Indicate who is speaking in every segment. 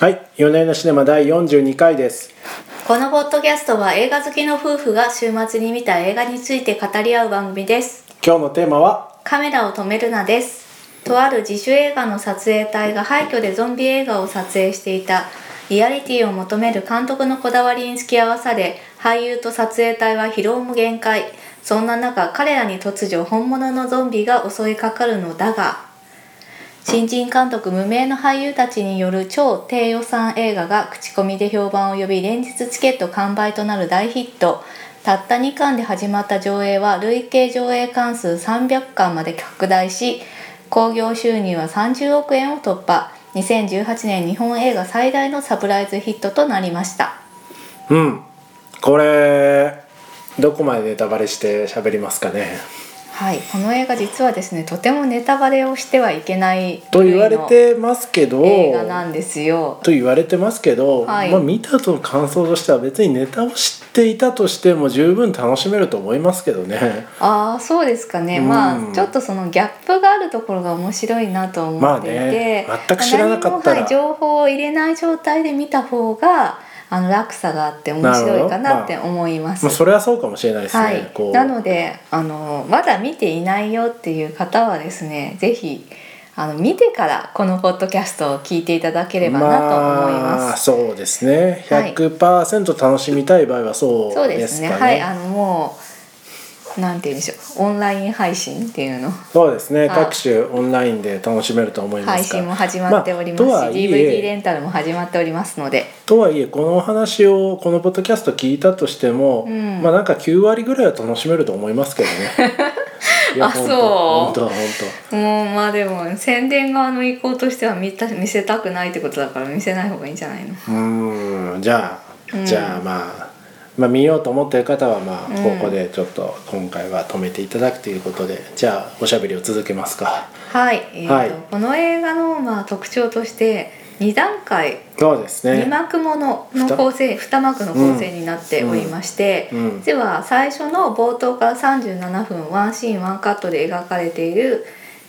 Speaker 1: はい4年のシネマ第42回です
Speaker 2: このポッドキャストは映画好きの夫婦が週末に見た映画について語り合う番組です
Speaker 1: 今日のテーマは
Speaker 2: カメラを止めるなですとある自主映画の撮影隊が廃墟でゾンビ映画を撮影していたリアリティを求める監督のこだわりに付き合わされ俳優と撮影隊は疲労も限界そんな中彼らに突如本物のゾンビが襲いかかるのだが新人監督無名の俳優たちによる超低予算映画が口コミで評判を呼び連日チケット完売となる大ヒットたった2巻で始まった上映は累計上映巻数300巻まで拡大し興行収入は30億円を突破2018年日本映画最大のサプライズヒットとなりました
Speaker 1: うんこれどこまでネタバレして喋りますかね
Speaker 2: はいこの映画実はですねとてもネタバレをしてはいけない
Speaker 1: と言われてますけど
Speaker 2: 映画なんですよ
Speaker 1: と言われてますけど、
Speaker 2: はい
Speaker 1: まあ、見たとの感想としては別にネタを知っていたとしても十分楽しめると思いますけど ね
Speaker 2: ああそうですかね、
Speaker 1: うん
Speaker 2: まあちょっとそのギャップがあるところが面白いなと思っていて、
Speaker 1: まあね全く知らなかったら
Speaker 2: 何もはい情報を入れない状態で見た方があの落差があって面白いかなって思います
Speaker 1: まあ、。それはそうかもしれないですね、
Speaker 2: はい
Speaker 1: こう、
Speaker 2: なのであのまだ見ていないよっていう方はですねぜひあの見てからこのポッドキャストを聞いていただければなと思います。
Speaker 1: あそうですね
Speaker 2: はい
Speaker 1: 100%楽しみたい場合はそ
Speaker 2: そううで
Speaker 1: ですす
Speaker 2: ね
Speaker 1: かね,、
Speaker 2: はいあのもうなんて言うんでしょうオンライン配信っていうの
Speaker 1: そうですね
Speaker 2: はい
Speaker 1: 各種オンラインで楽しめると思いま
Speaker 2: 配
Speaker 1: すか
Speaker 2: 信も
Speaker 1: ら
Speaker 2: 始まっておりますし、
Speaker 1: まあとはいえ
Speaker 2: DVD レンタルも始まっておりますので
Speaker 1: とはいえこのお話をこのポッドキャスト聞いたとしても、
Speaker 2: うん
Speaker 1: まあなんか9割ぐらいは楽しめると思いますけど ねいや
Speaker 2: あそう
Speaker 1: 本当本当本
Speaker 2: もうまあでも宣伝側の意向としては見た見せたくないってことだから見せない方がいいんじゃないの
Speaker 1: 当うーんじゃあ、
Speaker 2: うん
Speaker 1: じゃあまあまあ、見ようと思っている方はまあ
Speaker 2: うん
Speaker 1: ここでちょっと今回は止めていただくということで、じゃあおしゃべりを続けますか
Speaker 2: はい、えーと
Speaker 1: はい
Speaker 2: この映画のまあ特徴として2段階
Speaker 1: そうですね
Speaker 2: 2幕ものの構成2幕の構成になっておりまして、
Speaker 1: うんうん
Speaker 2: では最初の冒頭から37分ワンシーンワンカットで描かれている、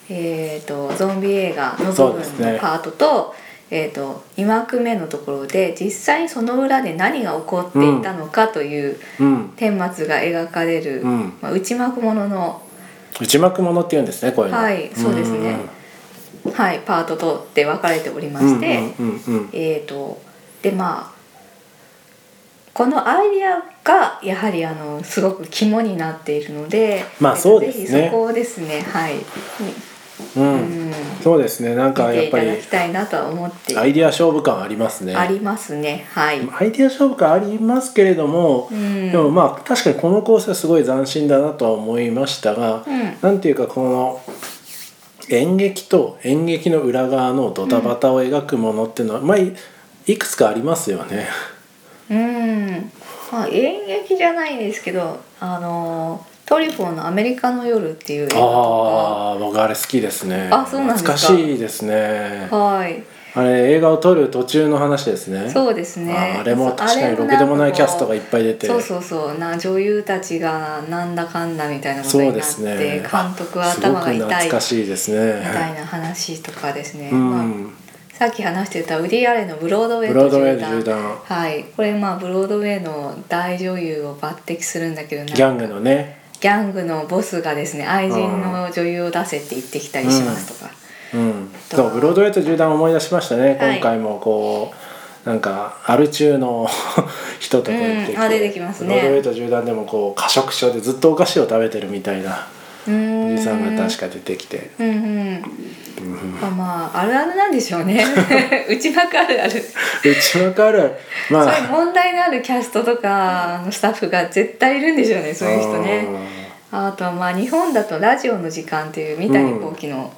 Speaker 2: えー、とゾンビ映画の部
Speaker 1: そうです
Speaker 2: 分
Speaker 1: ね
Speaker 2: のパートと,、えー、と2幕目のところで実際にその裏で何が起こっていたのかという
Speaker 1: うん、
Speaker 2: 顛末が描かれる、
Speaker 1: うん
Speaker 2: まあ、内幕ものの、
Speaker 1: 内幕ものっていうんですねこういうの
Speaker 2: はいそうですねはい、パートとで分かれておりま
Speaker 1: うんうん
Speaker 2: して。
Speaker 1: うんうんうん
Speaker 2: えー、とでまあこのアイディアがやはりあのすごく肝になっているので、
Speaker 1: まあ
Speaker 2: えー
Speaker 1: そ
Speaker 2: と
Speaker 1: うですね
Speaker 2: ぜひそこをですねはい、
Speaker 1: うん
Speaker 2: うん、見
Speaker 1: そうですねなんか
Speaker 2: て
Speaker 1: やっ
Speaker 2: い
Speaker 1: ぱ
Speaker 2: た
Speaker 1: り
Speaker 2: だきたいなとは思って
Speaker 1: アイディア勝負感ありますね
Speaker 2: ありますねはい、う
Speaker 1: アイディア勝負感ありますけれども、
Speaker 2: ん
Speaker 1: でもまあ確かにこの構成はすごい斬新だなとは思いましたが、
Speaker 2: うん
Speaker 1: なんていうかこの演劇と演劇の裏側のドタバタを描くものっていうのは、まあいいくつかありますよね。
Speaker 2: うんまあ、演劇じゃないんですけどあのトリュフォーの「アメリカの夜」っていう映画と
Speaker 1: ああ僕あれ好きですね。
Speaker 2: あそうなんですか
Speaker 1: 懐かしいですね。
Speaker 2: かはい
Speaker 1: あれ映画を撮る途中の話ですね。
Speaker 2: そうですね
Speaker 1: ああれも確か
Speaker 2: あれ
Speaker 1: にろくでもないキャストがい
Speaker 2: ん
Speaker 1: っ
Speaker 2: かこう
Speaker 1: ぱい出て
Speaker 2: そうそうそうな女優たちがなんだかんだみたいなことになって、
Speaker 1: そうですね
Speaker 2: 監督は頭が
Speaker 1: すごく
Speaker 2: 痛い
Speaker 1: 懐
Speaker 2: み
Speaker 1: かしいです
Speaker 2: たい
Speaker 1: ね。
Speaker 2: な話とかですね、
Speaker 1: うん、
Speaker 2: まあ、さっき話してたウディ・アレンのブロードウェイ
Speaker 1: ブロードウェイ
Speaker 2: と
Speaker 1: で銃弾
Speaker 2: はいこれまあブロードウェイの大女優を抜擢するんだけど
Speaker 1: ギ
Speaker 2: な
Speaker 1: ャングのね、
Speaker 2: ギャングのボスがですね愛人の女優を出せって言ってきたりしますとか、
Speaker 1: うん、
Speaker 2: と
Speaker 1: そうブロードウェイと銃弾を思い出しましたね、
Speaker 2: はい
Speaker 1: 今回もこうなんかアル中の 人とか出てき
Speaker 2: うんあ出てきますね
Speaker 1: ブロードウェイと銃弾でもこう過食症でずっとお菓子を食べてるみたいな
Speaker 2: うー
Speaker 1: お
Speaker 2: ん
Speaker 1: じさんが確か出てきて、
Speaker 2: うんうん、まあまああるあるなんでしょう ね内幕あるあるそう
Speaker 1: うちわかるま
Speaker 2: いう
Speaker 1: あ
Speaker 2: 問題のあるキャストとかあのスタッフが絶対いるんでしょうねそういう人ねあとはまあ日本だと「ラジオの時間」っていう三谷幸喜の、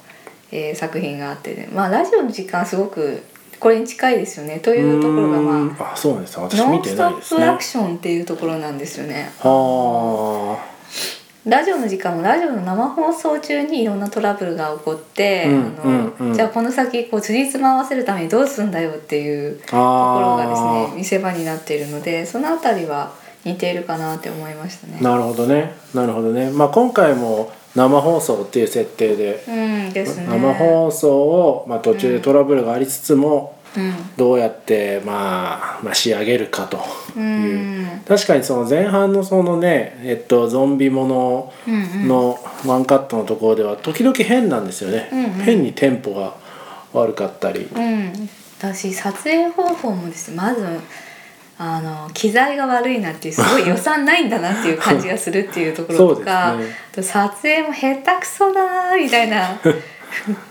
Speaker 2: えー作品があってね、まあラジオの時間すごくこれに近いですよねと
Speaker 1: と
Speaker 2: いうところがまあ
Speaker 1: あ、あそうなんですね
Speaker 2: 「
Speaker 1: 私
Speaker 2: ノ
Speaker 1: 見
Speaker 2: ン
Speaker 1: て
Speaker 2: ス
Speaker 1: ない
Speaker 2: ト
Speaker 1: で
Speaker 2: ッ
Speaker 1: す
Speaker 2: プ
Speaker 1: ね
Speaker 2: アクション」っていうところなんですよね
Speaker 1: はあ
Speaker 2: ラジオの時間もラジオの生放送中にいろんなトラブルが起こって、
Speaker 1: うん
Speaker 2: あの
Speaker 1: うんうん
Speaker 2: じゃあこの先こう辻褄合わせるためにどうすんだよっていうと
Speaker 1: あ
Speaker 2: ころが
Speaker 1: あ
Speaker 2: ですね見せ場になっているのでそのあたりは似ているかなって思いましたね。
Speaker 1: なるほどねなるほどね、まあ、今回も生放送っていう設定で、
Speaker 2: うんですね。
Speaker 1: 生放送を、まあ、途中でトラブルがありつつも、
Speaker 2: うん
Speaker 1: どうやって、まあ、まあ仕上げるかと
Speaker 2: う
Speaker 1: いう、
Speaker 2: ん
Speaker 1: 確かにその前半のそのね、えっと、ゾンビもの
Speaker 2: うんうん
Speaker 1: のワンカットのところでは時々変なんですよね、
Speaker 2: うんうん
Speaker 1: 変にテンポが悪かったり、
Speaker 2: うん私撮影方法もですねまずあの機材が悪いなっていうすごい予算ないんだなっていう感じがするっていうところとか、
Speaker 1: そうですね
Speaker 2: あと撮影も下手くそだなみたいな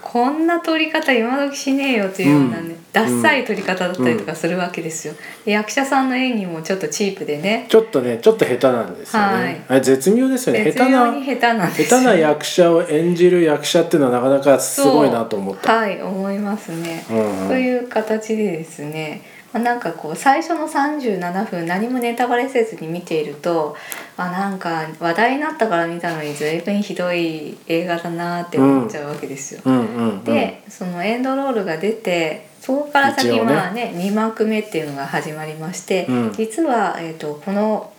Speaker 2: こんな撮り方今時しねえよっていうようなね、
Speaker 1: うん
Speaker 2: ダッサい撮り方だったりとかするわけですよ。で役者さんの演技もちょっとチープでね
Speaker 1: ちょっとねちょっと下手なんですよね、
Speaker 2: はい
Speaker 1: あれ絶妙ですよね
Speaker 2: 絶
Speaker 1: 下手
Speaker 2: 妙
Speaker 1: な
Speaker 2: に下手なんですよ
Speaker 1: 下手な役者を演じる役者っていうのはなかなかすごいなと思った。
Speaker 2: はい思いますね。
Speaker 1: うん
Speaker 2: という形でですね、まあ、なんかこう最初の37分何もネタバレせずに見ているとあなんか話題になったから見たのに随分ひどい映画だなって思っちゃうわけですよ。
Speaker 1: うんうんうん、
Speaker 2: でそのエンドロールが出てそこから先、
Speaker 1: 一応ね
Speaker 2: まあね2幕目っていうのが始まりまして、
Speaker 1: うん
Speaker 2: 実は、えー、とこの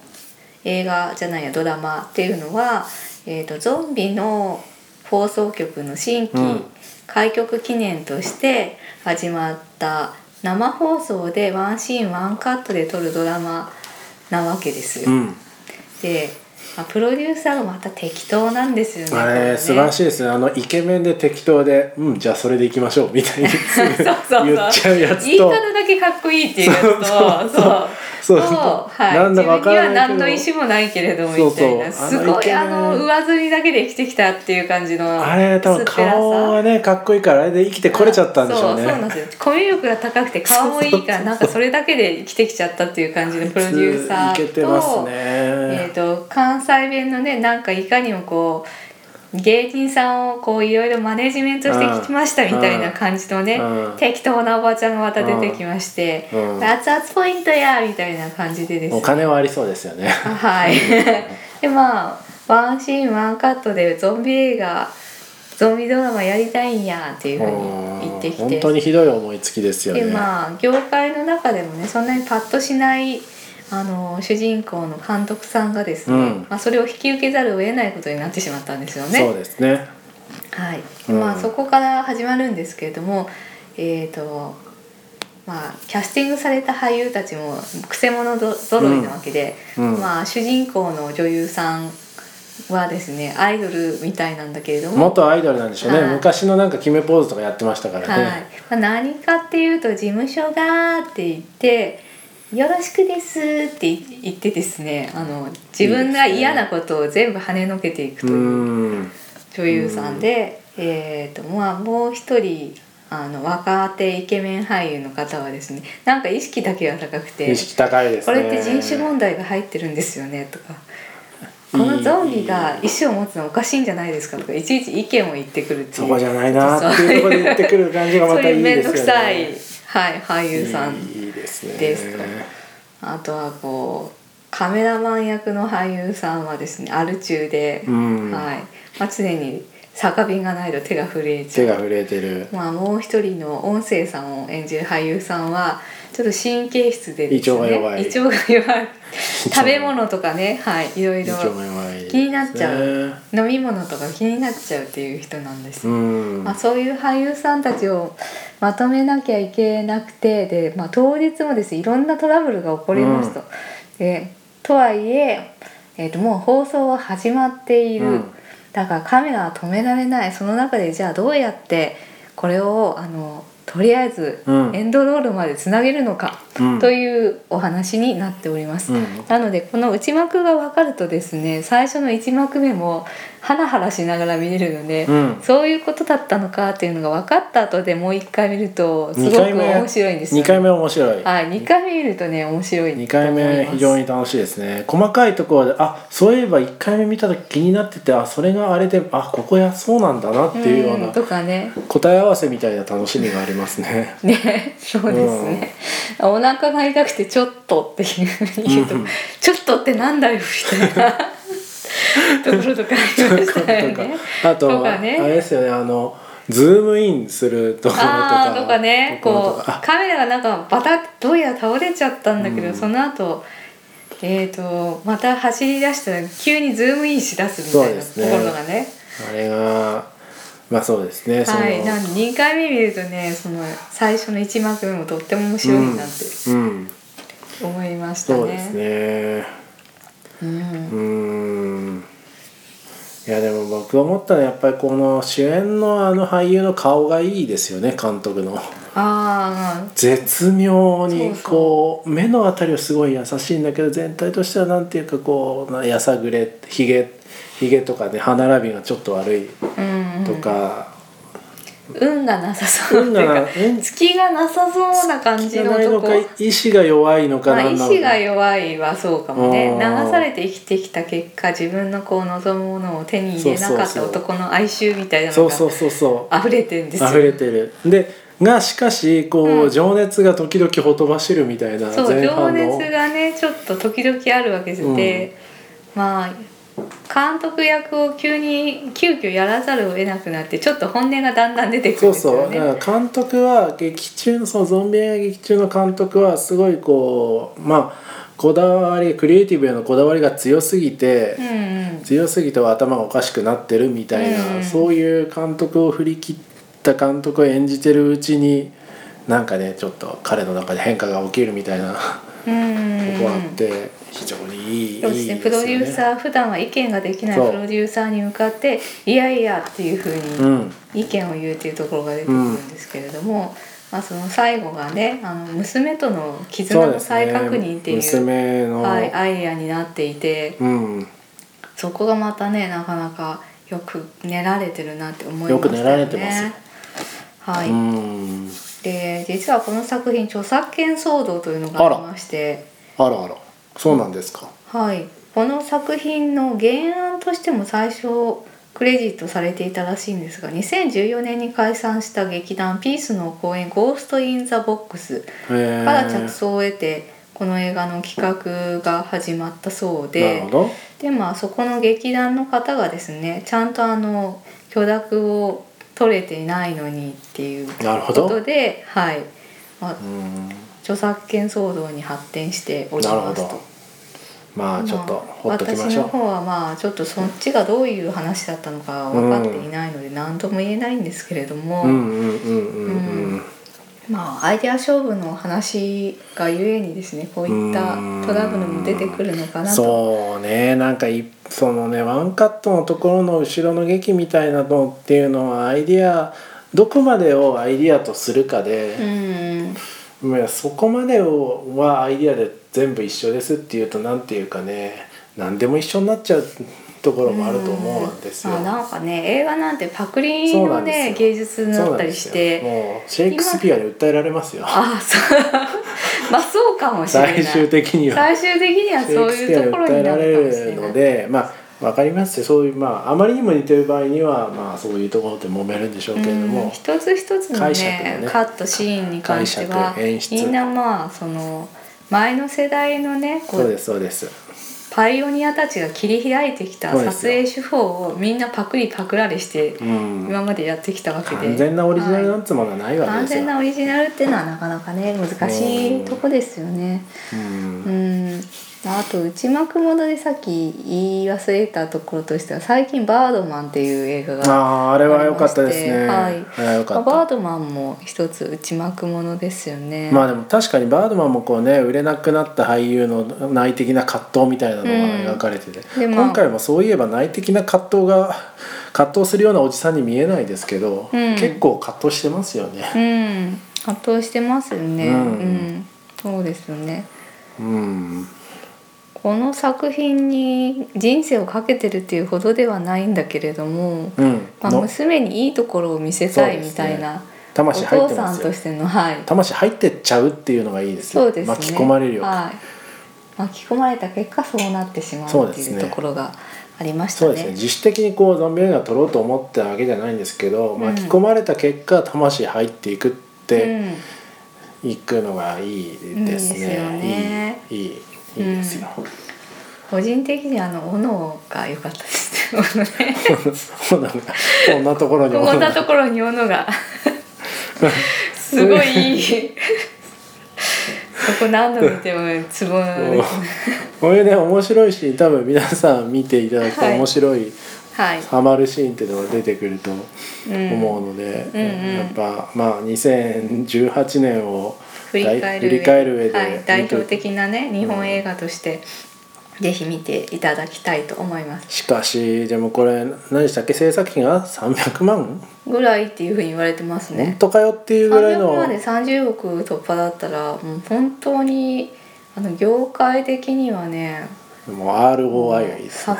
Speaker 2: 映画じゃないやドラマっていうのは、えー、とゾンビの放送局の
Speaker 1: う
Speaker 2: 新
Speaker 1: ん
Speaker 2: 規開局記念として始まった生放送でワンシーンワンカットで撮るドラマなわけですよ。
Speaker 1: うん、
Speaker 2: で、まあ、プロデューサーがまた適当なんですよね。
Speaker 1: あ
Speaker 2: これ
Speaker 1: れ
Speaker 2: ね
Speaker 1: 素晴らしいですねあのイケメンで適当で「うんじゃあそれでいきましょう」みたいに
Speaker 2: そうそうそう
Speaker 1: 言っちゃうやつと
Speaker 2: 言い方だけかっこいいっていうやつとそう
Speaker 1: そう
Speaker 2: とはい、
Speaker 1: なんだかわ
Speaker 2: 自分
Speaker 1: か
Speaker 2: に
Speaker 1: ら
Speaker 2: は
Speaker 1: ないけ
Speaker 2: 何
Speaker 1: ど
Speaker 2: の意思もないけれども
Speaker 1: そうそ
Speaker 2: み
Speaker 1: う
Speaker 2: たいな
Speaker 1: あの
Speaker 2: すご
Speaker 1: イケメ
Speaker 2: い
Speaker 1: ン
Speaker 2: あの上積みだけで生きてきたっていう感じの
Speaker 1: あれ多分顔はねかっこいいからあれで生きてこれちゃったんでしょう
Speaker 2: そうそうなん
Speaker 1: ね。
Speaker 2: ですよコミュ力が高くて顔もいいからなんかそれだけで生きてきちゃったっていう感じのプロデューサー
Speaker 1: いけてます
Speaker 2: と,、
Speaker 1: ね。
Speaker 2: えー、と関西弁のねなんかいかにもこう芸人さんをこういろいろマネジメントしてきましたみたいな感じのね
Speaker 1: うん
Speaker 2: 適当なおばちゃんがまた出てきまして
Speaker 1: うん
Speaker 2: 熱々ポイントや!」みたいな感じでです
Speaker 1: お
Speaker 2: ね
Speaker 1: 金はありそうですよね。
Speaker 2: はい。 でまあワンシーンワンカットでゾンビ映画ゾンビドラマやりたいんやっていうふうに言ってき
Speaker 1: 本
Speaker 2: て
Speaker 1: 当にひどい思いつきですよね。
Speaker 2: でまあ業界の中でもねそんなにパッとしないあの主人公の監督さんがですね、
Speaker 1: うん
Speaker 2: まあ、それを引き受けざるを得ないことになってしまったんですよね。
Speaker 1: そうですね。
Speaker 2: はい、
Speaker 1: うん
Speaker 2: まあそこから始まるんですけれども、えーとまあ、キャスティングされた俳優たちもくせ者ぞぞろいなわけで、
Speaker 1: うんうん
Speaker 2: まあ、主人公の女優さんはですねアイドルみたいなんだけれども、
Speaker 1: 元アイドルなんでしょうね、
Speaker 2: はい
Speaker 1: 昔のなんか決めポーズとかやってましたか
Speaker 2: はい
Speaker 1: らね。
Speaker 2: まあ、何かっていうと事務所がって言って「よろしくです」って言ってですねあの自分が嫌なことを全部跳ねのけていくと
Speaker 1: う
Speaker 2: いう。
Speaker 1: ん。
Speaker 2: 女優さんで、えーとまあ、もう一人あの若手イケメン俳優の方はですねなんか意識だけが高くて
Speaker 1: 意識高いです
Speaker 2: こ
Speaker 1: ね。
Speaker 2: れって人種問題が入ってるんですよね」とか。このゾンビが意思を持つのおかしいんじゃないですかとかいちいち意見を言ってくるってい
Speaker 1: そ
Speaker 2: う
Speaker 1: こじゃないなっていうところで言ってくる感じがま
Speaker 2: そう
Speaker 1: た
Speaker 2: い
Speaker 1: いうい
Speaker 2: 面
Speaker 1: で
Speaker 2: 倒く
Speaker 1: すよ
Speaker 2: さい
Speaker 1: ね。、
Speaker 2: はい、俳優さん
Speaker 1: いいですね。
Speaker 2: ですとあとはこうカメラマン役の俳優さんはですねアル中で、
Speaker 1: うん
Speaker 2: はいまあ、常に酒瓶がないと手が震えちゃ
Speaker 1: 手
Speaker 2: う
Speaker 1: が震えてる。
Speaker 2: まあ、もう一人の音声さんを演じる俳優さんはちょっと神経質でです、
Speaker 1: 胃
Speaker 2: ね、
Speaker 1: 腸が弱い
Speaker 2: 胃腸が弱い食べ物とかねはいいろい
Speaker 1: 一
Speaker 2: ろ
Speaker 1: 丁目はいいですね
Speaker 2: 気になっちゃう。飲み物とか気になっちゃうっていう人なんです、
Speaker 1: うん
Speaker 2: まあ、。そういう俳優さんたちをまとめなきゃいけなくてで、まあ、当日もですねいろんなトラブルが起こりますと。
Speaker 1: うん
Speaker 2: でとはいええー、ともう放送は始まっている、
Speaker 1: うん
Speaker 2: だからカメラは止められないその中でじゃあどうやってこれをあのとりあえず
Speaker 1: うん
Speaker 2: エンドロールまでつなげるのか、
Speaker 1: うん
Speaker 2: というお話になっております。
Speaker 1: うん
Speaker 2: なのでこの内幕が分かるとですね最初の1幕目もハラハラしながら見れるので、
Speaker 1: うん
Speaker 2: そういうことだったのかっていうのが分かった後でもう一回見るとすご
Speaker 1: 二
Speaker 2: く
Speaker 1: 回目
Speaker 2: 面白いんです
Speaker 1: 二
Speaker 2: よ、ね。
Speaker 1: 回目面白い。
Speaker 2: はい、二回目見るとね面白いと思
Speaker 1: 2
Speaker 2: います。
Speaker 1: 回目非常に楽しいですね細かいところであそういえば1回目見た時気になっててあそれがあれであここやそうなんだなっていうよう
Speaker 2: うん
Speaker 1: な
Speaker 2: とかね。
Speaker 1: 答え合わせみたいな楽しみがありますね
Speaker 2: ね、そうですね。お腹が痛くてちょっとっていうふうに言うと、
Speaker 1: うん
Speaker 2: ちょっとってなんだよみたいな ところとかありましたよね。
Speaker 1: あと
Speaker 2: とかね
Speaker 1: あれですよねあのズームインするところと
Speaker 2: あ
Speaker 1: か
Speaker 2: あーとかね
Speaker 1: ところ
Speaker 2: ことう
Speaker 1: か
Speaker 2: カメラがなんかバタッどうやら倒れちゃったんだけど、
Speaker 1: うん
Speaker 2: その後えー、とまた走り出したら急にズームインしだすみたい
Speaker 1: そうで
Speaker 2: なと
Speaker 1: すね
Speaker 2: ころがね
Speaker 1: ああれがまあそうですね。
Speaker 2: はい、
Speaker 1: その
Speaker 2: なんで2回目見るとねその最初の1幕目もとっても面白いなって
Speaker 1: うん、うん、
Speaker 2: 思いましたね。
Speaker 1: そうですね。う
Speaker 2: うん
Speaker 1: ーんいやでも僕思ったのはやっぱりこの主演のあの俳優の顔がいいですよね監督の
Speaker 2: あ
Speaker 1: 絶妙に
Speaker 2: そうそう
Speaker 1: こう目のあたりはすごい優しいんだけど全体としてはなんていうかこうなやさぐれひげひげとかね歯並びがちょっと悪い
Speaker 2: あ、うんう
Speaker 1: と
Speaker 2: ん、
Speaker 1: か、
Speaker 2: 運がなさそう
Speaker 1: 運
Speaker 2: っていう
Speaker 1: が
Speaker 2: か
Speaker 1: な運
Speaker 2: 月がなさそうな感じ
Speaker 1: じゃ
Speaker 2: の
Speaker 1: ない
Speaker 2: と
Speaker 1: の
Speaker 2: こ
Speaker 1: か意志が弱いのか
Speaker 2: まあ
Speaker 1: なん
Speaker 2: 意
Speaker 1: なのか、
Speaker 2: 志が弱いはそうかもね
Speaker 1: うん
Speaker 2: 流されて生きてきた結果自分のこう望むものを手に入れなかっ
Speaker 1: そう
Speaker 2: た
Speaker 1: そうそう
Speaker 2: 男の哀愁みたいなの
Speaker 1: そう
Speaker 2: が
Speaker 1: そうそうそう
Speaker 2: 溢れてるんですよ
Speaker 1: 溢れてるでがしかしこう、
Speaker 2: うん
Speaker 1: 情熱が時々ほとばしるみたいな
Speaker 2: そう
Speaker 1: 前
Speaker 2: 情
Speaker 1: 半の
Speaker 2: 熱がねちょっと時々あるわけで、まあ監督役を急に急遽やらざるを得なくなってちょっと本音がだんだん出てく
Speaker 1: そ
Speaker 2: るん
Speaker 1: う
Speaker 2: です
Speaker 1: そ
Speaker 2: よ
Speaker 1: う、
Speaker 2: ね。
Speaker 1: だから監督は劇中のそのゾンビ映画劇中の監督はすごいこうまあこだわりクリエイティブへのこだわりが強すぎて、
Speaker 2: うんうん
Speaker 1: 強すぎては頭がおかしくなってるみたいな、
Speaker 2: うん
Speaker 1: そういう監督を振り切った監督を演じてるうちになんかねちょっと彼の中で変化が起きるみたいなと
Speaker 2: うんうん
Speaker 1: こあって非常にいい、
Speaker 2: そうで
Speaker 1: い
Speaker 2: す
Speaker 1: い
Speaker 2: ねプロデュー
Speaker 1: ー
Speaker 2: サー普段は意見ができないプ
Speaker 1: そう
Speaker 2: ロデューサーに向かって「いやいや」っていうふ
Speaker 1: う
Speaker 2: うに
Speaker 1: ん
Speaker 2: 意見を言うっていうところが出てくるんですけれども、まあ、その最後がねあの娘との絆の再確認っていう
Speaker 1: そうですね娘の、
Speaker 2: はい、アイデアになっていて。
Speaker 1: うん
Speaker 2: そこがまたねなかなかよく練られてるなって思いました
Speaker 1: よく練られてますよ
Speaker 2: はい、
Speaker 1: うん
Speaker 2: で実はこの作品著作権騒動というのがありまして
Speaker 1: あらあらそうなんですか、
Speaker 2: はいこの作品の原案としても最初クレジットされていたらしいんですが2014年に解散した劇団ピースの公演「ゴースト・イン・ザ・ボックス」
Speaker 1: へー
Speaker 2: から着想を得てこの映画の企画が始まったそう
Speaker 1: なる
Speaker 2: で
Speaker 1: ほど
Speaker 2: でまあそこの劇団の方がですねちゃんとあの許諾を取れていないのにっていうこ
Speaker 1: なるほど
Speaker 2: とで、はいまあ
Speaker 1: う、ん
Speaker 2: 著作権騒動に発展しており
Speaker 1: なるほ
Speaker 2: ます
Speaker 1: ど
Speaker 2: と。
Speaker 1: まあちょっと
Speaker 2: まあ
Speaker 1: ほっときま
Speaker 2: 私
Speaker 1: しょ
Speaker 2: の
Speaker 1: う、
Speaker 2: 方はまあちょっとそっちがどういう話だったのか分かっていないので何とも言えないんですけれども、
Speaker 1: うんうんうんうんうん
Speaker 2: まあアイデア勝負の話がゆえにですねこういったトラブルも出てくるのかなと
Speaker 1: そうねなんかいそのねワンカットのところの後ろの劇みたいなのっていうのはアイディアどこまでをアイディアとするか
Speaker 2: う
Speaker 1: で、
Speaker 2: ん
Speaker 1: まあそこまでをはアイディアで全部一緒ですっていうとなんていうかね何でも一緒になっちゃうところもあると思うんですよ。
Speaker 2: まあ、なんかね映画なんてパクリ
Speaker 1: そうな
Speaker 2: の
Speaker 1: んです
Speaker 2: ね
Speaker 1: よ
Speaker 2: 芸術になったりし
Speaker 1: そうな
Speaker 2: て
Speaker 1: んですよもうシェイクスピアに訴えられますよ
Speaker 2: ああそうまあそう かもしれない
Speaker 1: 最終的には
Speaker 2: 最終的には
Speaker 1: シェ
Speaker 2: そ
Speaker 1: イ
Speaker 2: う
Speaker 1: クスピ
Speaker 2: い
Speaker 1: ア
Speaker 2: う
Speaker 1: に
Speaker 2: ところ
Speaker 1: 訴え
Speaker 2: にな
Speaker 1: られ
Speaker 2: るかもしれ
Speaker 1: る
Speaker 2: ない
Speaker 1: のでまあわかりますよそういうまああまりにも似てる場合にはまあそういうところで揉めるんでしょうけれど
Speaker 2: うん
Speaker 1: も、
Speaker 2: 一つ一つの
Speaker 1: 解釈
Speaker 2: ね
Speaker 1: もね
Speaker 2: カットシーンに関しては
Speaker 1: 解釈演出
Speaker 2: みんなまあその前の世代のねこ
Speaker 1: そう
Speaker 2: う
Speaker 1: ですそうです
Speaker 2: パイオニアたちが切り開いてきた
Speaker 1: そうですよ
Speaker 2: 撮影手法をみんなパクリパクられして
Speaker 1: うん
Speaker 2: 今までやってきたわけで
Speaker 1: 完全なオリジナルなんつものはないわけ
Speaker 2: 完
Speaker 1: ですよ、
Speaker 2: 全なオリジナルっていうのはなかなかね難しいとこですよね。
Speaker 1: うん
Speaker 2: うんあと内幕ものでさっき言い忘れたところとしては最近「バードマン」っていう映画
Speaker 1: あ
Speaker 2: が
Speaker 1: ああれは良かったですね
Speaker 2: はい
Speaker 1: あれは良か
Speaker 2: まあ
Speaker 1: っ
Speaker 2: バー
Speaker 1: た
Speaker 2: ドマンも一つ内幕ものですよね。
Speaker 1: まあでも確かにバードマンもこうね売れなくなった俳優の内的な葛藤みたいなのが描かれてて、
Speaker 2: うんでも
Speaker 1: 今回もそういえば内的な葛藤が葛藤するようなおじさんに見えないですけど、
Speaker 2: うん
Speaker 1: 結構葛藤してますよね。
Speaker 2: うん葛藤してますよね、
Speaker 1: うん
Speaker 2: うんそうですよね。
Speaker 1: うん、
Speaker 2: この作品に人生をかけてるっていうほどではないんだけれども、
Speaker 1: うん、
Speaker 2: まあ、
Speaker 1: の
Speaker 2: 娘にいいところを見せたいみたいな、お
Speaker 1: 魂入っ
Speaker 2: 父
Speaker 1: て
Speaker 2: さ
Speaker 1: ま
Speaker 2: ん
Speaker 1: す
Speaker 2: と
Speaker 1: よ。
Speaker 2: してのはい
Speaker 1: 魂入ってっちゃうっていうのがいいですよ。
Speaker 2: そうですね
Speaker 1: 巻き込まれるよ。
Speaker 2: はい、巻き込まれた結果そうなってしま
Speaker 1: そう
Speaker 2: う
Speaker 1: で
Speaker 2: って
Speaker 1: す
Speaker 2: い
Speaker 1: ね
Speaker 2: うところがありました
Speaker 1: そう
Speaker 2: ね。
Speaker 1: ですね。自主的にこうゾンビ映画を撮ろうと思ったわけじゃないんですけど、
Speaker 2: ん
Speaker 1: 巻き込まれた結果魂入っていくって
Speaker 2: うん
Speaker 1: いくのがいいです
Speaker 2: いいですよ
Speaker 1: ね
Speaker 2: ね。
Speaker 1: いいいいいいですよ。
Speaker 2: 個人的にあの斧が良かったですね。斧ね
Speaker 1: そうなんだ。こんなところにも
Speaker 2: こんなところに斧がすごいいい。そこ何度見てもツボですね。
Speaker 1: これね面白いし多分皆さん見ていただくと
Speaker 2: はい
Speaker 1: 面白い
Speaker 2: はい
Speaker 1: ハマるシーンっていうのが出てくると思うので、
Speaker 2: うんうんうん
Speaker 1: やっぱまあ2018年を
Speaker 2: 振り返る
Speaker 1: 振り返る上で、
Speaker 2: はい、代表的なね日本映画として、ぜひ見ていただきたいと思います
Speaker 1: しかしでもこれ何でしたっけ制作費が300万、
Speaker 2: ぐらいっていうふうに言われてます
Speaker 1: 本
Speaker 2: ね
Speaker 1: 当かよっていうぐらい
Speaker 2: 300
Speaker 1: の
Speaker 2: まで30億突破だったらもう本当にあの業界的にはね
Speaker 1: もう ROI がいいですね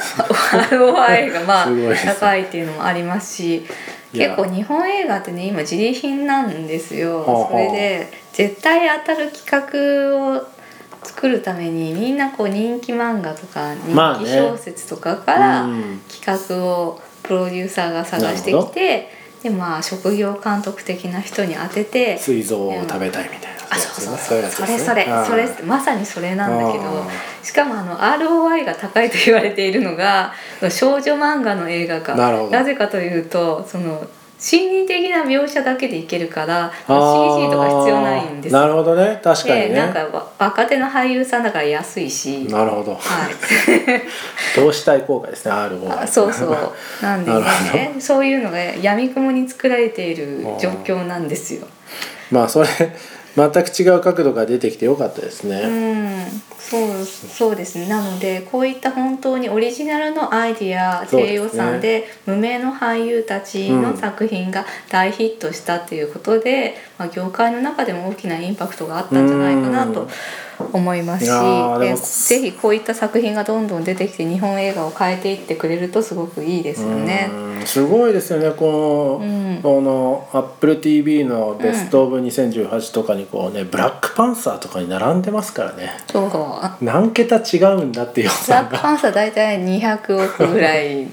Speaker 2: ROI がまあ
Speaker 1: すごいです
Speaker 2: 高いっていうのもありますし
Speaker 1: いや
Speaker 2: 結構日本映画ってね今自利品なんですよ
Speaker 1: はあはあ
Speaker 2: それで絶対当たる企画を作るためにみんなこう人気漫画とか
Speaker 1: まあ
Speaker 2: 人
Speaker 1: ね
Speaker 2: 気小説とかから
Speaker 1: うん
Speaker 2: 企画をプロデューサーが探してきてでまあ職業監督的な人に当てて
Speaker 1: 水蔵を食べたいみたいな、
Speaker 2: あそうそうそ
Speaker 1: いうやつ
Speaker 2: そ
Speaker 1: ですね
Speaker 2: れそれ
Speaker 1: ああ
Speaker 2: それってまさにそれなんだけど
Speaker 1: あ
Speaker 2: しかもあの ROI が高いと言われているのが少女漫画の映画化
Speaker 1: なるほど
Speaker 2: ぜかというとその心理的な描写だけでいけるから
Speaker 1: あー
Speaker 2: CG とか必要ないんです
Speaker 1: なるほどね確かにね、
Speaker 2: でなんかわ若手の俳優さんだから安いし、
Speaker 1: なるほど
Speaker 2: はい、
Speaker 1: 同志対効果ですね ROI
Speaker 2: あ そうそうなんですよ
Speaker 1: なる
Speaker 2: ねそういうのがやみくもに作られている状況なんですよ。
Speaker 1: まあそれ全く違う角度が出てきてよかったですね、
Speaker 2: うん、そうそうですねなのでこういった本当にオリジナルのアイディア
Speaker 1: そうですね
Speaker 2: 低予算で無名の俳優たちの作品が大ヒットしたっていうことで、まあ、業界の中でも大きなインパクトがあったんじゃないかなと思いますし
Speaker 1: いやーで
Speaker 2: で
Speaker 1: も
Speaker 2: ぜひこういった作品がどんどん出てきて日本映画を変えていってくれるとすごくいいですよね。
Speaker 1: うんすごいですよねこの,、
Speaker 2: うん
Speaker 1: この AppleTV の「ベスト・オブ2018」とかにこうね、ブラックパンサー」とかに並んでますからね
Speaker 2: そうそう
Speaker 1: 何桁違うんだっていう予
Speaker 2: ブラ
Speaker 1: 算
Speaker 2: ック
Speaker 1: が
Speaker 2: パンサー大体200億ぐらい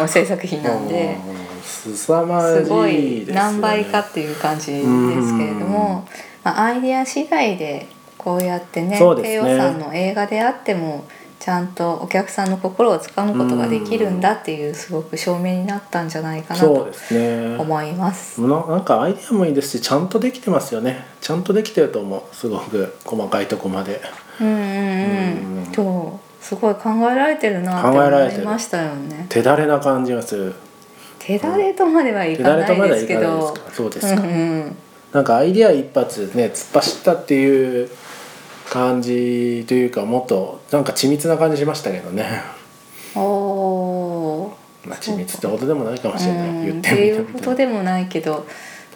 Speaker 2: の制作費な んで。
Speaker 1: うんすさまじい
Speaker 2: す
Speaker 1: ですよ
Speaker 2: ご
Speaker 1: ね
Speaker 2: い何倍かっていう感じですけれども、まあ、アイデア次第でこうやってね
Speaker 1: そうです
Speaker 2: 低
Speaker 1: ね
Speaker 2: 予算の映画であってもちゃんとお客さんの心をつかむことができるんだっていうすごく証明になったんじゃないかな
Speaker 1: そう
Speaker 2: と
Speaker 1: ですね
Speaker 2: 思います。
Speaker 1: ななんかアイデアもいいですしちゃんとできてますよねちゃんとできてると思うすごく細かいとこまで
Speaker 2: うんうん
Speaker 1: う
Speaker 2: うんん、そうすごい考えられてるなって
Speaker 1: 考えられ
Speaker 2: 思
Speaker 1: て
Speaker 2: い
Speaker 1: る
Speaker 2: ましたよね。
Speaker 1: 手だれな感じがする
Speaker 2: 手だれとまではい
Speaker 1: 手
Speaker 2: か
Speaker 1: だれ
Speaker 2: な
Speaker 1: と
Speaker 2: い
Speaker 1: まだ
Speaker 2: で
Speaker 1: い
Speaker 2: す
Speaker 1: か
Speaker 2: け
Speaker 1: ないです
Speaker 2: ど
Speaker 1: か、そうです
Speaker 2: う
Speaker 1: か、
Speaker 2: んうん、
Speaker 1: なんかアイデア一発ね突っ走ったっていう感じというかもっとなんか緻密な感じしましたけどね
Speaker 2: おー
Speaker 1: まあ緻密ってほどでもないかもしれない、
Speaker 2: うん
Speaker 1: 言っ
Speaker 2: って
Speaker 1: み
Speaker 2: てい
Speaker 1: た
Speaker 2: う
Speaker 1: み
Speaker 2: こ
Speaker 1: た
Speaker 2: と
Speaker 1: いな
Speaker 2: でもないけど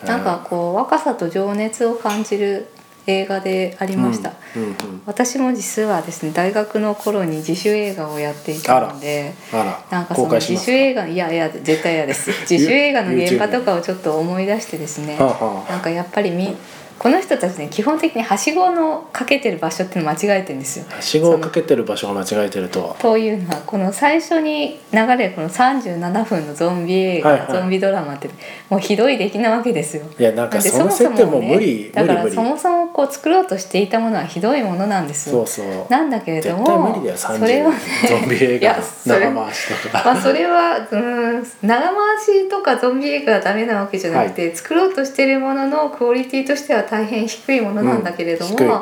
Speaker 1: うん
Speaker 2: なんかこう若さと情熱を感じる映画でありました、
Speaker 1: うんうんうん
Speaker 2: 私も実はですね大学の頃に自主映画をやっていたので
Speaker 1: あら
Speaker 2: なんかそ
Speaker 1: 公
Speaker 2: の
Speaker 1: 開し
Speaker 2: 自
Speaker 1: ます
Speaker 2: 主映画いやいや絶対嫌です 自主映画の現場とかをちょっと思い出してですね
Speaker 1: はあはあ
Speaker 2: なんかやっぱりみこの人たちね基本的にはしごのかけてる場所っていうの間違えてるんですよ。
Speaker 1: はしごをかけてる場所が間違えてるとは
Speaker 2: というのはこの最初に流れるこの37分のゾンビ映画、
Speaker 1: はいはい
Speaker 2: ゾンビドラマってもうひどい出来なわけですよ。
Speaker 1: いやなんか
Speaker 2: で
Speaker 1: その設定も
Speaker 2: ね
Speaker 1: 無理無
Speaker 2: だ
Speaker 1: 理
Speaker 2: か
Speaker 1: 無
Speaker 2: ら
Speaker 1: 理
Speaker 2: そもそもこう作ろうとしていたものはひどいものなんです
Speaker 1: そ
Speaker 2: よ
Speaker 1: う。そう
Speaker 2: なんだけれど
Speaker 1: 絶対無
Speaker 2: も
Speaker 1: 理だよ
Speaker 2: それ
Speaker 1: 30
Speaker 2: を
Speaker 1: ゾ
Speaker 2: ね
Speaker 1: ンビ映
Speaker 2: い
Speaker 1: 画
Speaker 2: や
Speaker 1: の
Speaker 2: それ
Speaker 1: 長回しとか
Speaker 2: まあそれはうーん長回しとかゾンビ映画がダメなわけじゃなくて、作ろうとしてるもののクオリティとしては大変低いものなんだけれども、
Speaker 1: うん低い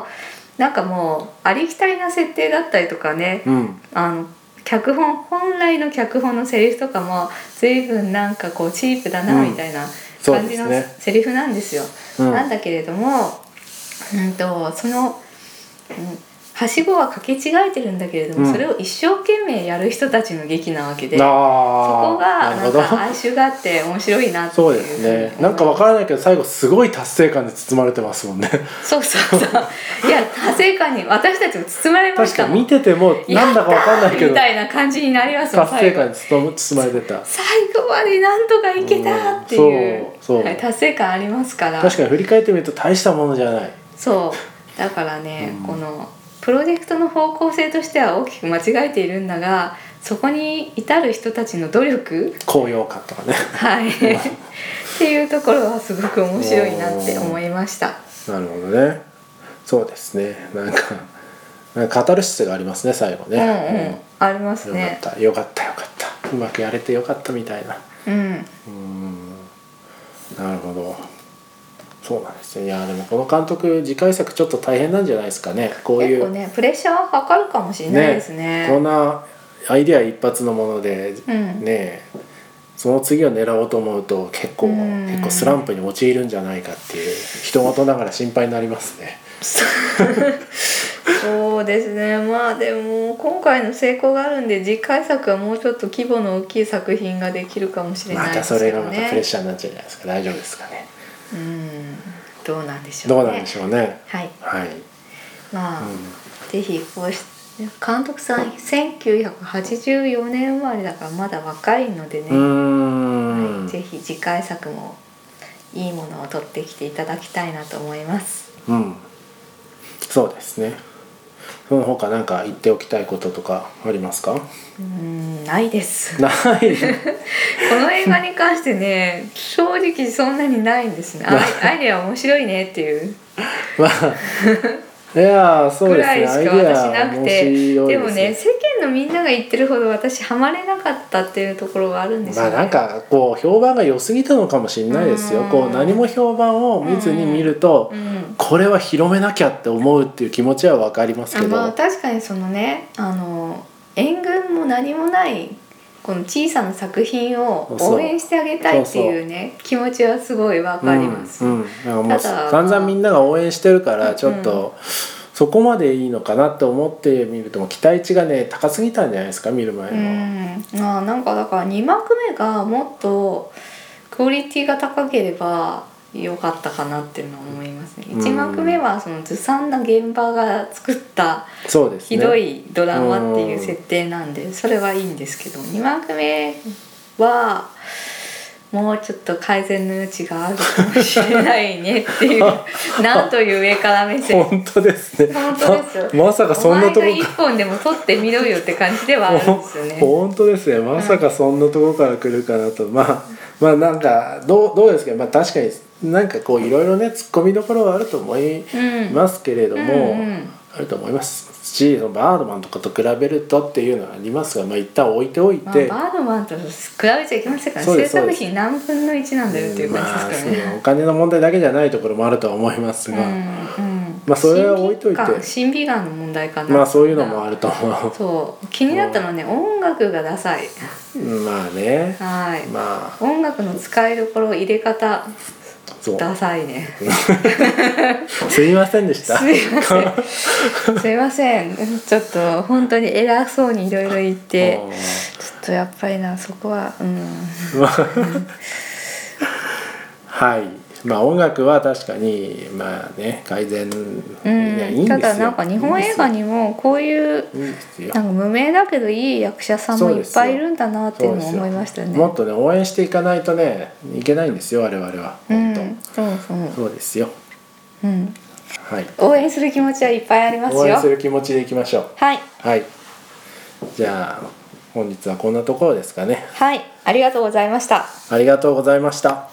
Speaker 2: なんかもうありきたりな設定だったりとかね、
Speaker 1: うん
Speaker 2: あの脚本本来の脚本のセリフとかも随分なんかこうチープだな
Speaker 1: うん
Speaker 2: みたいな
Speaker 1: そう
Speaker 2: 感じの
Speaker 1: ですね
Speaker 2: セリフなんですよ。
Speaker 1: うん
Speaker 2: なんだけれども、うん、とその、うん、はしごはかけ違えてるんだけれども、
Speaker 1: うん
Speaker 2: それを一生懸命やる人たちの劇なわけで。そこ
Speaker 1: こ
Speaker 2: がなんか哀愁があって面白いなっていう
Speaker 1: そうですね
Speaker 2: ふうに
Speaker 1: なんかわ
Speaker 2: 思い
Speaker 1: からないけど最後すごい達成感で包まれてますもんね
Speaker 2: ますそうそうそういや達成感に私たちも包まれまし
Speaker 1: 確
Speaker 2: た
Speaker 1: か
Speaker 2: もん
Speaker 1: 見ててもなんだかわかんないけど
Speaker 2: みたいな感じになりますもん
Speaker 1: 達成感に包む包まれてた
Speaker 2: 最後までなんとかいけたっていう,、
Speaker 1: うんそうそう
Speaker 2: はい達成感ありますから
Speaker 1: 確かに振り返ってみると大したものじゃない
Speaker 2: そうだからね、
Speaker 1: うん
Speaker 2: このプロジェクトの方向性としては大きく間違えているんだがそこに至る人たちの努力
Speaker 1: 高揚感とかね
Speaker 2: はいっていうところはすごく面白いなって思いました。
Speaker 1: なるほどねそうですねなんかなんか語る質がありますね最後
Speaker 2: うんうん、
Speaker 1: ね、
Speaker 2: あります
Speaker 1: うんよかっ
Speaker 2: ね。
Speaker 1: たよかったよかったうまくやれてよかったみたいな
Speaker 2: うん、
Speaker 1: うんなるほどそうなんですねいやでもこの監督次回作ちょっと大変なんじゃないですかねこうい
Speaker 2: 結
Speaker 1: う
Speaker 2: 構ねプレッシャーはかかるかもしれないですね。
Speaker 1: こんなアイデア一発のもので、
Speaker 2: う
Speaker 1: ね
Speaker 2: ん
Speaker 1: えその次を狙おうと思うと結構
Speaker 2: うん
Speaker 1: 結構スランプに陥るんじゃないかっていう人事ながら心配になりますね。
Speaker 2: そうですねまあでも今回の成功があるんで次回作はもうちょっと規模の大きい作品ができるかもしれ
Speaker 1: ま
Speaker 2: ないで
Speaker 1: た
Speaker 2: す
Speaker 1: そ
Speaker 2: よね
Speaker 1: れがまたプレッシャーになっちゃうんじゃないですか大丈夫ですかね。
Speaker 2: うんどうなんでしょ
Speaker 1: ど
Speaker 2: うね
Speaker 1: うなんでしょうね。
Speaker 2: はい
Speaker 1: はい。
Speaker 2: まあ、
Speaker 1: う
Speaker 2: ぜひこうし監督さん1984年生まれだからまだ若いのでね、
Speaker 1: ん。うーん
Speaker 2: ぜひ次回作もいいものを取ってきていただきたいなと思います。
Speaker 1: うん。そうですね。その他なんか言っておきたいこととかあります か？
Speaker 2: うーんないです。こ
Speaker 1: ない。
Speaker 2: の映画に関してね正直そんなにないんです ね。アイアイデア面白いねっていう
Speaker 1: まあ。いやーそう
Speaker 2: ぐ
Speaker 1: です
Speaker 2: ら
Speaker 1: ね。
Speaker 2: いしか
Speaker 1: アイデア
Speaker 2: 私なくて
Speaker 1: 面白い
Speaker 2: ですもね世間のみんなが言ってるほど私ハマれなかったっていうところがあるんですよ
Speaker 1: まあ
Speaker 2: ね。
Speaker 1: なんかこう評判が良すぎたのかもしれないですよ。
Speaker 2: うん
Speaker 1: こう何も評判を見ずに見ると
Speaker 2: う、ん
Speaker 1: これは広めなきゃって思うっていう気持ちはわかります
Speaker 2: あ
Speaker 1: けど、
Speaker 2: まあ確かにそのねあの援軍も何もないこの小さな作品を
Speaker 1: そう
Speaker 2: 応援してあげたいっていうね気持ちはすごいわかります。
Speaker 1: うん、うん、なんかもう
Speaker 2: ただ
Speaker 1: 散々みんなが応援してるからちょっ
Speaker 2: うん
Speaker 1: と、そこまでいいのかなって思ってみるとも期待値がね高すぎたんじゃないですか見る前
Speaker 2: う
Speaker 1: の。
Speaker 2: ん、まあなんかだから2幕目がもっとクオリティが高ければ良かったかなっていうのは思いますね。
Speaker 1: うん
Speaker 2: 1幕目はそのずさんな現場が作った
Speaker 1: そうですね。
Speaker 2: ひどいドラマっていう設定なんでそれはいいんですけど2幕目はもうちょっと改善の余地があるかもしれないねっていうなんという上から目線
Speaker 1: 本当ですね。
Speaker 2: 本当ですよ
Speaker 1: ま まさかそんなと
Speaker 2: お
Speaker 1: こ
Speaker 2: 前が一
Speaker 1: か
Speaker 2: 本でも取ってみろよって感じではあるんです よね。
Speaker 1: 本当ですねまさかそんなとこから来るかなと、まあまあなんかどうどうですかまあ確かになんかこういろいろね突っ込みどころはあると思い
Speaker 2: うん
Speaker 1: ますけれども、
Speaker 2: うんうん
Speaker 1: あると思いますしそのバードマンとかと比べるとっていうのはありますがまあ一旦置いておい
Speaker 2: まあ、バ
Speaker 1: て、
Speaker 2: ードマンと比べちゃいけませんから
Speaker 1: そうで
Speaker 2: 制
Speaker 1: すそう
Speaker 2: 作
Speaker 1: です
Speaker 2: 費何分の1なんだよっていう感じですからね。
Speaker 1: まあそのお金の問題だけじゃないところもあるとは思いますが、
Speaker 2: うんうん
Speaker 1: まあそれは置いといて
Speaker 2: 審美眼審美眼の問題かな
Speaker 1: まあそういうのもあると思
Speaker 2: そう気になったのはね音楽がダサいう
Speaker 1: まあね
Speaker 2: はい、
Speaker 1: まあ
Speaker 2: 音楽の使いどころ入れ方
Speaker 1: そう
Speaker 2: ダサいね
Speaker 1: すいませんでした
Speaker 2: すいませ んすいませんちょっと本当に偉そうにいろいろ言って
Speaker 1: うん
Speaker 2: ちょっとやっぱりなそこはうん
Speaker 1: はいまあ音楽は確かにまあね改善、いやいい
Speaker 2: うんん、
Speaker 1: です
Speaker 2: た
Speaker 1: よ
Speaker 2: だなんか日本映画にもこういう
Speaker 1: いいんですよ
Speaker 2: なんか無名だけどいい役者さんもいっぱいいるんだなっていうのを思いましたよね。
Speaker 1: もっとね応援していかないとねいけないんですよ我々は
Speaker 2: うん、
Speaker 1: 本
Speaker 2: そ
Speaker 1: 当、
Speaker 2: うそう、
Speaker 1: そうですよ
Speaker 2: うん、
Speaker 1: はい
Speaker 2: 応援する気持ちはいっぱいあります
Speaker 1: 応援す
Speaker 2: よ。
Speaker 1: る気持ちでいきましょう
Speaker 2: はい、
Speaker 1: はいじゃあ本日はこんなところですかね
Speaker 2: はい、ありがとうございました。
Speaker 1: ありがとうございました